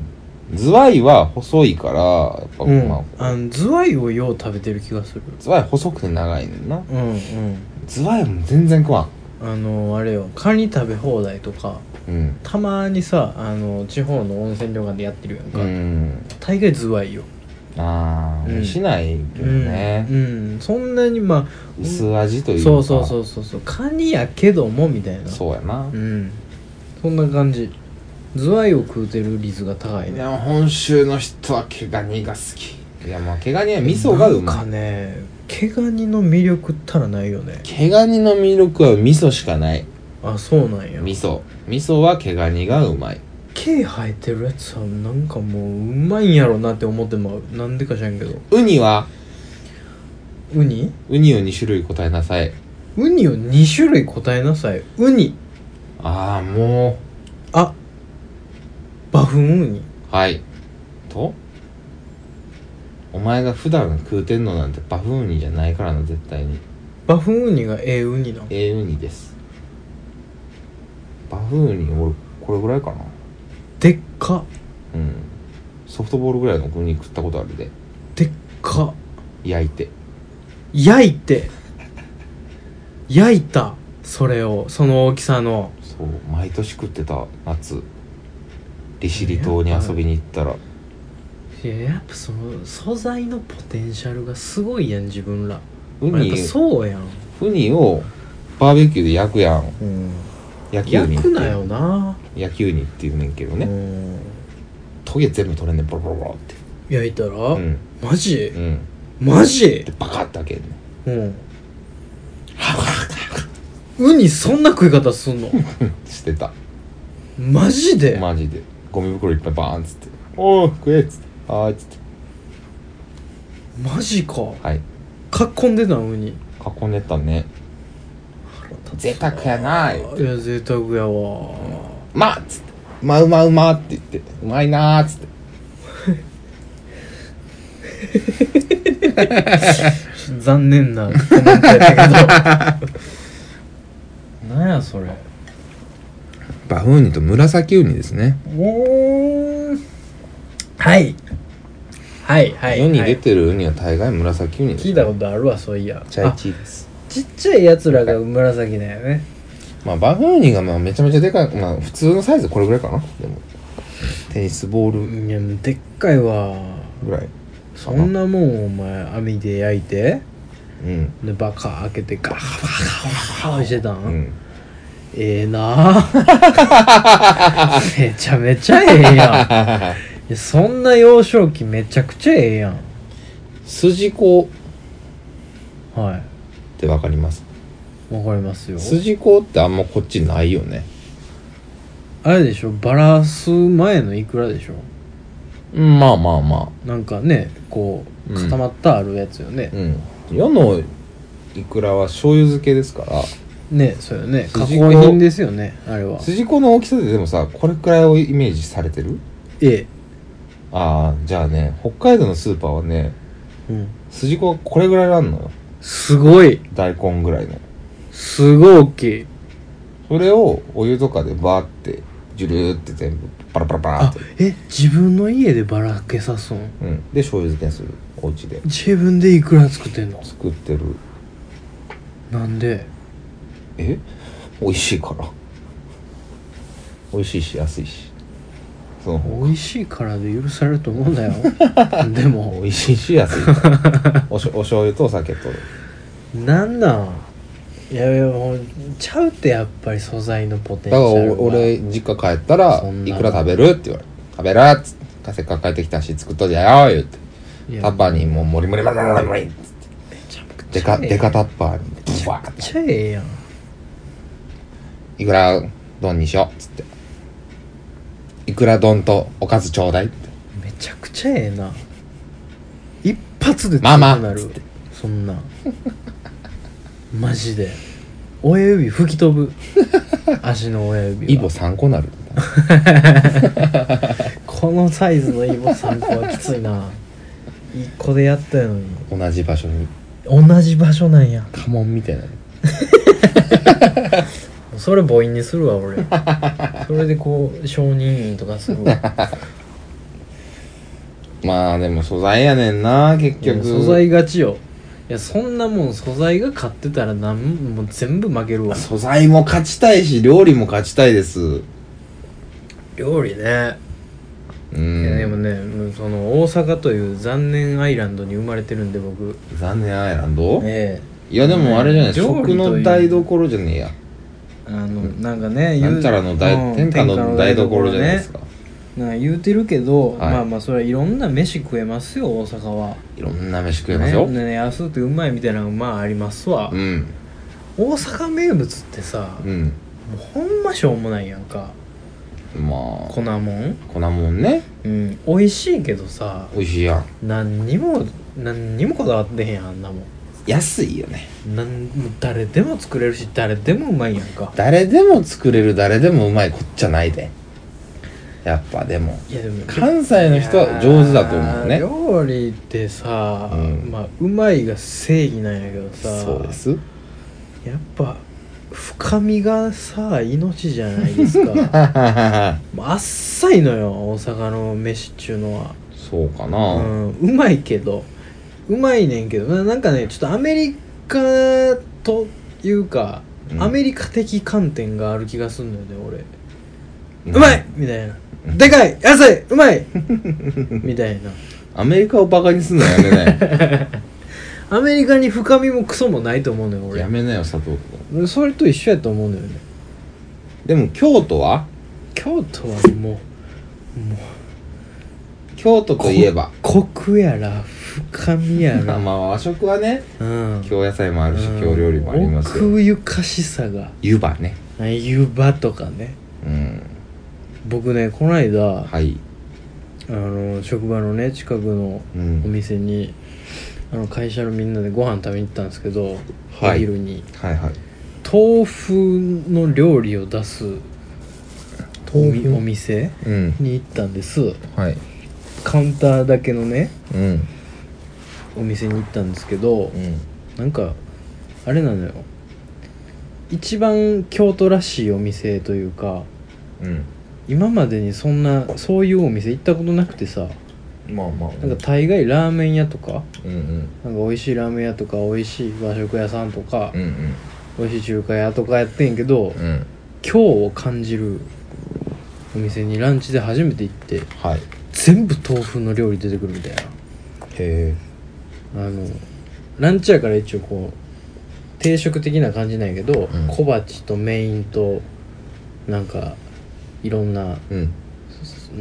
B: ズワイは細いからやっぱ、
A: うん
B: まあ
A: あのズワイをよう食べてる気がする
B: ズワイ細くて長いねんな
A: うんうん
B: ズワイも全然食わん
A: あのあれよカニ食べ放題とか
B: うん
A: たまにさあの地方の温泉旅館でやってるやんか、
B: うん
A: 大概ズワイよ、
B: ああ、
A: うん
B: しないけ
A: う
B: ど
A: ん
B: ね、
A: うんそんなにまあ
B: 薄味というか
A: そうそうそううそうそうカニやけどもみたいな
B: そうやな、
A: うんそんな感じズワイを食うてる率が高い
B: い
A: ね
B: や本州の人は毛ガニが好きいやまあ毛ガニは味噌が
A: なん
B: うまい
A: かね毛ガニの魅力ったらないよね
B: 毛ガニの魅力は味噌しかない
A: あそうなんや
B: 味噌味噌は毛ガニがうまい
A: 毛生えてるやつはなんかもううまいんやろなって思ってまうなんでか知らんけど
B: ウニは
A: ウニ
B: ウニを2種類答えなさい
A: ウニを2種類答えなさいウニ
B: ああも
A: あバフンウニ
B: うはいとお前が普段食うてんのなんてバフンウニじゃないからな絶対に
A: バフンウニがええウニなの
B: ええウニですバフンウニ俺これぐらいかな
A: でっか
B: うんソフトボールぐらいのウニ食ったことあるで
A: でっか
B: 焼いて
A: 焼いて焼いたそれをその大きさの
B: そう毎年食ってた夏利尻島に遊びに行ったら
A: いややっぱその素材のポテンシャルがすごいやん自分ら
B: ウ
A: やっ
B: ニ
A: ぱそうやん、
B: ウニをバーベキューで焼くやん焼きウニ
A: 焼
B: っ
A: く
B: て
A: なよな、
B: 焼きウニっていうねんけどね、
A: うん
B: トゲ全部取れんねんボロボロボロって
A: 焼いたら、
B: うん
A: マジ
B: うん
A: マジ
B: で、バカッて開けんねん
A: うん、ウニそんな食い方すんの
B: してた
A: マジで、
B: マジでゴミ袋いっぱいバーンっつって「おお食え」っつって「あーっつって
A: マジか
B: はい
A: 囲んでたのウニ
B: 囲んでたね贅沢やなー
A: いや贅沢やわ
B: まあっつって「うまうまうま」って言って「うまいな」っつって
A: 残念なコメントやったけどなんやそれ
B: バフンウニと紫ウニですね
A: おーはいはいはい
B: 世に
A: は
B: 出
A: い
B: てるウニは大概紫ウニです
A: 聞いたことあるわそういや
B: チャイ
A: あ
B: チーです
A: ちっちゃいやつらが紫だよね
B: まあバフンウニがまあめちゃめちゃでかいまあ普通のサイズこれぐらいかなでもテニスボール
A: いやでっかいわ
B: ぐらい
A: そんなもんお前網で焼いて
B: うん
A: でバカ開けてガーガーガーしてたん、
B: うん
A: ええな あめちゃめちゃええやん いやそんな幼少期めちゃくちゃええやん
B: 筋子っ
A: はい
B: てわかります
A: わかりますよ
B: 筋子ってあんまこっちないよね
A: あれでしょバラす前のいくらでしょ
B: うんまあまあま
A: なんかねこう
B: うん
A: 固まったあるやつよね
B: あ、うん世のイクラは醤油漬けですから
A: ねそうよね加
B: 筋子
A: 工品ですよねあれは
B: 筋子の大きさででもさこれくらいをイメージされてる
A: え
B: ああじゃあね北海道のスーパーはね
A: え、うん、
B: 筋子がこれぐらいあんのよ
A: すごい
B: 大根ぐらいの
A: すごい大きい
B: それをお湯とかでバーってジュルーって全部パラパラパラ
A: あ
B: って
A: え自分の家でバラけさすん
B: うんで醤油漬けにするお家で
A: 自分でいくら作ってんの
B: 作ってる
A: なんで
B: え美味しいから美味しいし安いしその方が
A: 美味しいからで許されると思うん だよでも
B: 美味しいし安いからおしお醤油とお酒と
A: なんなんいやいやもうちゃうってやっぱり素材のポテンシ
B: だから
A: ャルが
B: お俺実家帰ったら
A: そん
B: 「
A: ない
B: くら食べる?」って言われて「食べる?」っつって「せっかく帰ってきたし作っといてやよ」言って
A: いや
B: タッパーにもうモリモリモリモリモリっつってデカ
A: ええ
B: デカタッパーにブワーっ
A: めってちゃええやん
B: 「いくら丼にしよう」っつって「いくら丼とおかずちょうだい」って
A: めちゃくちゃええな一発で強く
B: ママ
A: なる
B: つって
A: そんなマジで親指吹き飛ぶ足の親指は
B: イボ3個な る
A: このサイズのイボ3個はきついな1個でやったのに
B: 同じ場所に
A: 同じ場所なんや
B: 家紋みたいな
A: それ母音にするわ 俺それでこう承認員とかするわ
B: まあでも素材やねんな結
A: いや
B: 局
A: 素材勝ちよいやそんなもん素材が買ってたらなんもう全部負けるわ
B: 素材も勝ちたいし料理も勝ちたいです
A: 料理ね、
B: う
A: いやでも
B: ん
A: ねもうその大阪という残念アイランドに生まれてるんで僕
B: 残念アイランド
A: え
B: いやでもあれじゃない
A: ね料理とい
B: 食
A: う
B: の台所じゃねえや
A: えあのなんかね言う
B: なんちゃらの台
A: うん
B: 天下の台所じゃないですか
A: なんか言うてるけど、
B: い
A: まあまあそれはいろんな飯食えますよ大阪はい
B: ろんな飯食えますよ
A: ねね安くてうまいみたいなのまあありますわ、
B: うん
A: 大阪名物ってさ、
B: うん
A: もうほんましょうもないやんか
B: ま
A: 粉もん、
B: あ粉もんね
A: うん、美味しいけどさ
B: 美味しいやん
A: 何にも何にもこだわってへんやんあんなもん
B: 安いよね
A: なんもう誰でも作れるし誰でもうまいやんか
B: 誰でも作れる誰でもうまいこっちゃないでやっぱでも
A: いやでも
B: 関西の人は上手だと思う
A: い
B: ね
A: やー料理ってさ、
B: うん
A: まあうまいが正義なんやけどさ
B: そう です
A: やっぱ深みがさ命じゃないです かもうあっさいのよ大阪の飯っちゅうのは、
B: そうか
A: う
B: な、
A: ん、うまいけどうまいねんけどななんかねちょっとアメリカというか、
B: うん
A: アメリカ的観点がある気がするんだよね
B: う
A: 俺、うんまいみたいな、
B: うん
A: でかい安いうまい みたいな
B: アメリカをバカにすんのや めな
A: アメリカに深みもクソもないと思うのよ
B: いや
A: 俺
B: めなよ佐藤君
A: 俺それと一緒やと思うのよね
B: でも京都は
A: 京都はもう
B: 京都といえば
A: コクやら深みや
B: ま
A: ら、
B: あまあ和食はね
A: うん
B: 京野菜もあるし京料理もありますよ
A: 奥ゆかしさが
B: 湯葉ね
A: 湯葉とかね
B: うん
A: 僕ねこの間、
B: はい
A: あの職場のね近くのお
B: うん
A: 店に、あの会社のみんなでご飯食べに行ったんですけど、
B: はい
A: お昼に
B: はいはい
A: 豆腐の料理を出すお
B: 豆腐
A: お店
B: うん
A: に行ったんです
B: はい
A: カウンターだけのね
B: うん
A: お店に行ったんですけど、
B: うん
A: なんかあれなのよ一番京都らしいお店というか
B: う
A: 今までにそんなそういうお店行ったことなくてさ
B: んまあまあ
A: なんか大概ラーメン屋とか
B: うんうん
A: なんか美味しいラーメン屋とか美味しい和食屋さんとか
B: うんうん
A: 美味しい中華屋とかやってんけど
B: うん
A: 今日を感じるお店にランチで初めて行って
B: はいへ
A: 全部豆腐の料理出てくるみたいな
B: え
A: あのランチやから一応こう定食的な感じなんやけど、
B: うん
A: 小鉢とメインとなんかいろんな
B: うん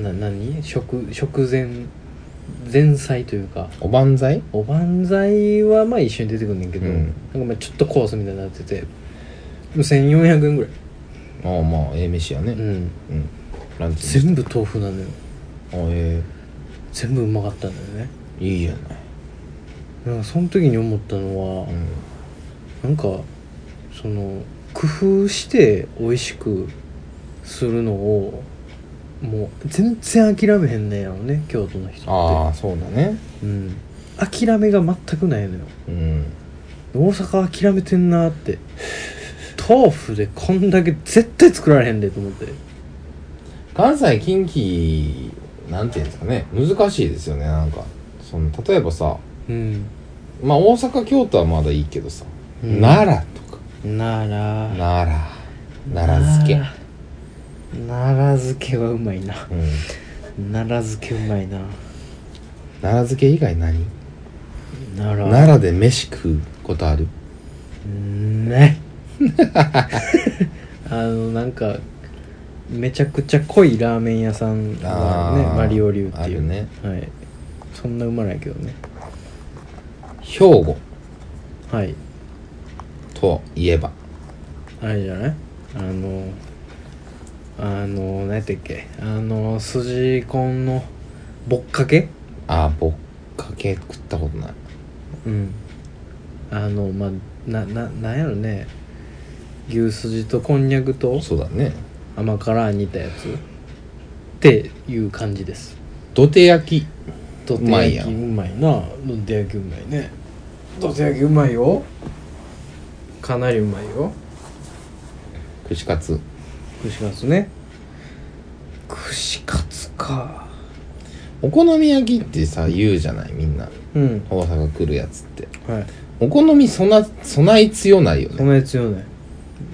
A: な何食食前前菜というか
B: おばんざい
A: おばんざいはまあ一緒に出てくるんねんけど、
B: うん
A: なんかまあちょっとコースみたいになっててもう1400円ぐらい、
B: ああまあええ飯や
A: う
B: ね
A: ん、
B: うんランチ
A: 全部豆腐なのよ
B: あえ
A: 全部うまかったんだよね
B: えいいじゃない
A: なんかその時に思ったのは、
B: うん
A: なんかその工夫して美味しくするのをもう全然諦めへんねんやろね京都の人っ
B: ああそうだね
A: て、うん、諦めが全くないのよ
B: うん
A: 大阪諦めてんなーって豆腐でこんだけ絶対作られへんでと思って
B: 関西近畿なんていうんですかね難しいですよねなんかその例えばさ
A: うん、
B: まあ大阪京都はまだいいけどさ、
A: うん
B: 奈良とか
A: なら
B: 奈良奈良漬け
A: 奈良漬けはうまいな
B: うん
A: 奈良漬けうまいな
B: 奈良漬け以外何
A: 奈良
B: 奈良で飯食うことある
A: ね あのなんかめちゃくちゃ濃いラーメン屋さんがあるね
B: あー
A: マリオ流って
B: あ
A: い
B: る
A: う
B: ね
A: はい、そんなうまないけどね
B: 兵庫
A: はい
B: といえば
A: あれじゃないあのあの何やったっけあの筋コンのぼっかけ
B: ああぼっかけ食ったことない
A: うんあのまあなななんやろね牛すじとこんにゃくと
B: そうだね
A: 甘辛煮たやつっていう感じです
B: 土手焼き
A: ど
B: うまいやん
A: うまいなどて焼きうまいねどて焼きうまいよかなりうまいよ
B: 串カツ
A: 串カツね串カツか
B: お好み焼きってさ言うじゃないみんな
A: うん
B: 大阪来るやつって
A: はい
B: お好みそな備え強ないよ
A: そ
B: ね
A: んなやつよね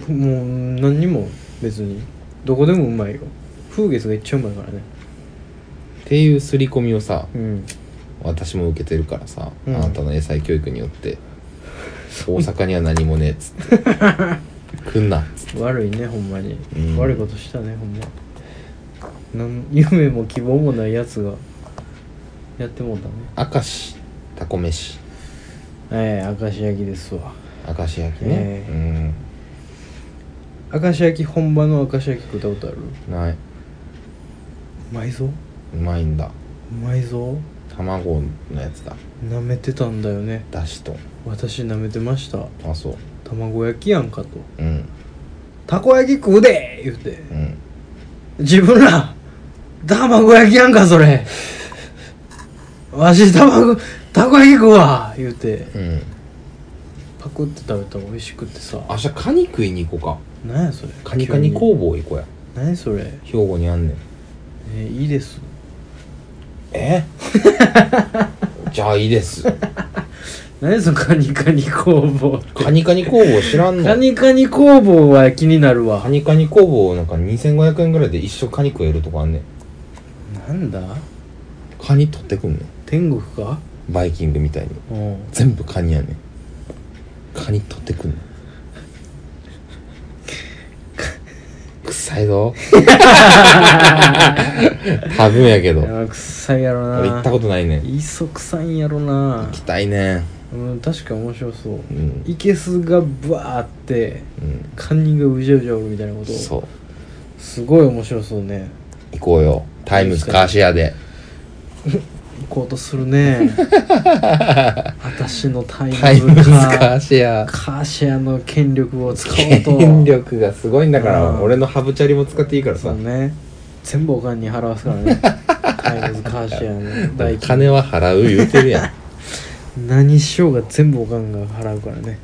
A: もう何にも別にどこでもうまいよ風月がいっちゃうまいからね
B: っていう刷り込みをさ
A: うん
B: 私も受けてるからさ、
A: うん
B: あなたの英才教育によって大阪には何もねえっつ って来んなっつって
A: 悪いねほんまに、
B: うん
A: 悪いことしたねほんまなん 夢も希望もないやつがやってもうたね
B: 明石たこ飯
A: ええ明石焼きですわ
B: 明石焼きね、
A: 明石焼き本場の明石焼き食ったことある
B: うんないう
A: まいぞ
B: まいんだ
A: うまいぞ
B: 卵のやつだ
A: 舐めてたんだよね
B: だしと
A: 私舐めてました
B: あそう
A: 卵焼きやんかと
B: うん
A: たこ焼き食うで言うて
B: うん
A: 自分ら卵焼きやんかそれわし卵たこ焼き食うわ言うて
B: うん
A: パクって食べたら美味しくってさ
B: 明日カニ食いに行こう
A: 何やそれ
B: かカニカニ工房行こうや
A: 何それ
B: 兵庫にあんねん
A: えいいです
B: えじゃあいいです
A: 何そのカニカニ工房
B: カニカニ工房知らん の
A: カニカニ工房は気になる
B: カ
A: わ
B: ニカニ工房なんか2500円ぐらいで一生カニ食えるとこあんねん
A: なんだ
B: カニ取ってくんねん
A: 天国か
B: バイキングみたいに
A: うん
B: 全部カニやねんカニ取ってくんねん臭いぞ多分やけど
A: あ臭いやろな
B: 俺行ったことないねん行
A: いっそ臭いんやろな
B: きたいね
A: うん確か面白そう
B: うん、うん
A: いけすがバーってカンニングがうじゃうじゃおるみたいなこと
B: そう
A: すごい面白そうね
B: 行こうよタイムズカーシェアで
A: 行こうとする ね私のタ
B: タイ
A: イ
B: ム
A: ムズ
B: ズカ
A: カ
B: ーシェア
A: カーシェアの権力を使おうと
B: 権力がすごいんだから、
A: うん
B: 俺のハブチャリも使っていいから
A: そ
B: さ
A: うね全部お金に払わすから ねタイムズカーシェアの代金
B: 金は払う言うて るや
A: 何しようが全部おかんが払うからね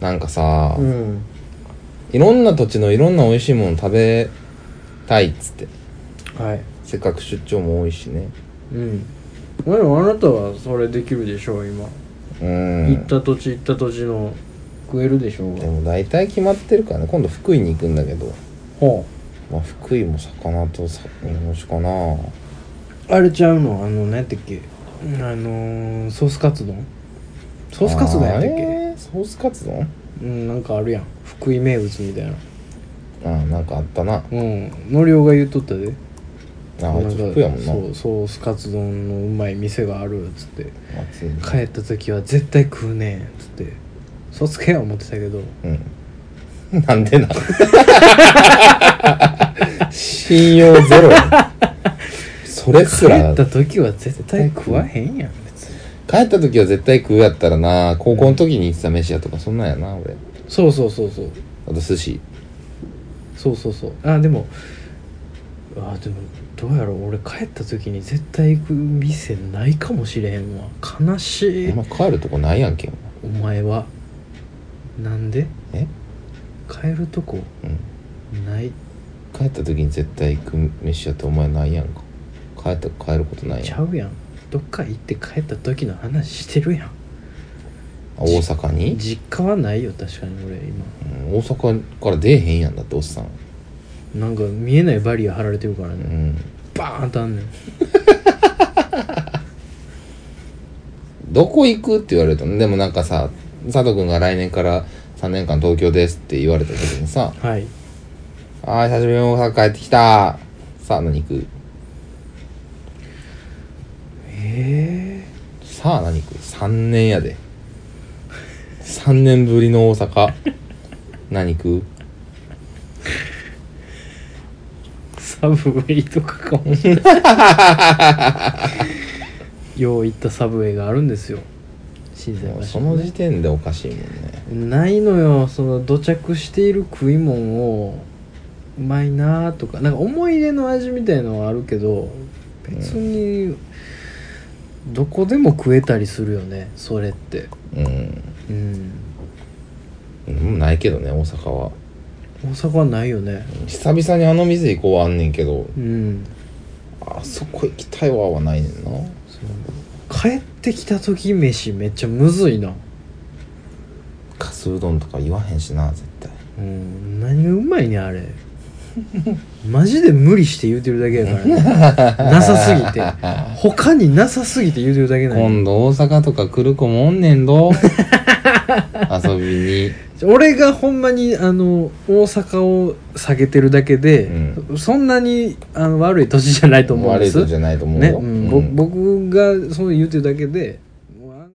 B: んなんかさ、
A: うん
B: いろんな土地のいろんな美味しいもの食べたいっつって
A: はい
B: せっかく出張も多いしね
A: うんでもあなたはそれできるでしょう今、
B: うん
A: 行った土地行った土地の食えるでしょう
B: で
A: が
B: も大体決まってるからね今度福井に行くんだけど、
A: ほ
B: まあ、福井も魚とさ日本酒かな
A: うあれちゃうのあの何やったっけあのー、ソースカツ丼ソースカツ丼やったっけ
B: あれソースカツ丼
A: うんなんかあるやん福井名物みたいな
B: ああなんかあったなあ
A: うんのりおが言っとったで
B: あいつ
A: なんか
B: 福井やもんな
A: そうソースカツ丼のうまい店があるっつって
B: 暑いね
A: 帰った時は絶対食うねんっつってそつけや思ってたけど
B: うん なんでな信用ゼロやそれす
A: 帰
B: ら
A: った時は絶対食わへんやん別に
B: 帰った時は絶対食うやったらな高校の時に行ってた飯屋とかそんなんやな俺
A: そうそうそうそう
B: あと寿司
A: そうそうそうあでもあでもどうやろう俺帰った時に絶対行く店ないかもしれへんわ悲しい
B: あんま帰るとこないやんけお
A: お前はなんで
B: 前え
A: 帰るとこ
B: うん
A: ない
B: 帰った時に絶対行く飯屋ってお前ないやんか帰った帰ることない
A: ち
B: やん
A: ゃうやんどっか行って帰った時の話してるやん
B: あ大阪に、
A: 実家はないよ確かに俺今
B: うん大阪から出えへんやんだっておっさん
A: なんか見えないバリア張られてるから
B: う
A: ね
B: ん
A: バーンとあんねん
B: どこ行くって言われるとでもなんかさ佐藤君が来年から3年間東京ですって言われた時にさ、
A: はい
B: ああ、久しぶりに大阪帰ってきた。さあ、何食うええさあ、何食う ?3 年やで。3年ぶりの大阪。何食う
A: サブウェイとかかもしれないよう行ったサブウェイがあるんですよ新鮮
B: その時点でおかしいもんね。
A: ないのよその土着している食い物をうまいなとかなんか思い出の味みたいのはあるけど別にどこでも食えたりするよねそれって
B: うん。
A: うん
B: うんないけどね、大阪は。
A: 大阪はないよね
B: 久々にあの店行こうはあんねんけど、
A: うん
B: あそこ行きたいわはないねんな。
A: 帰ってきた時飯めっちゃむずいな
B: カスうどんとか言わへんしな、絶対。
A: うん何がうまいねんあれマジで無理して言うてるだけやからね なさすぎて他になさすぎて言うてるだけなんや
B: 今度大阪とか来る子もおんねん ど遊び
A: 俺がほんまにあの大阪を下げてるだけで、そんなにあの悪い年じゃないと
B: に
A: 思うん
B: 悪
A: で
B: い
A: す
B: 人じゃないと思う
A: ね
B: よ、
A: うんぼ僕がそう言うてるだけで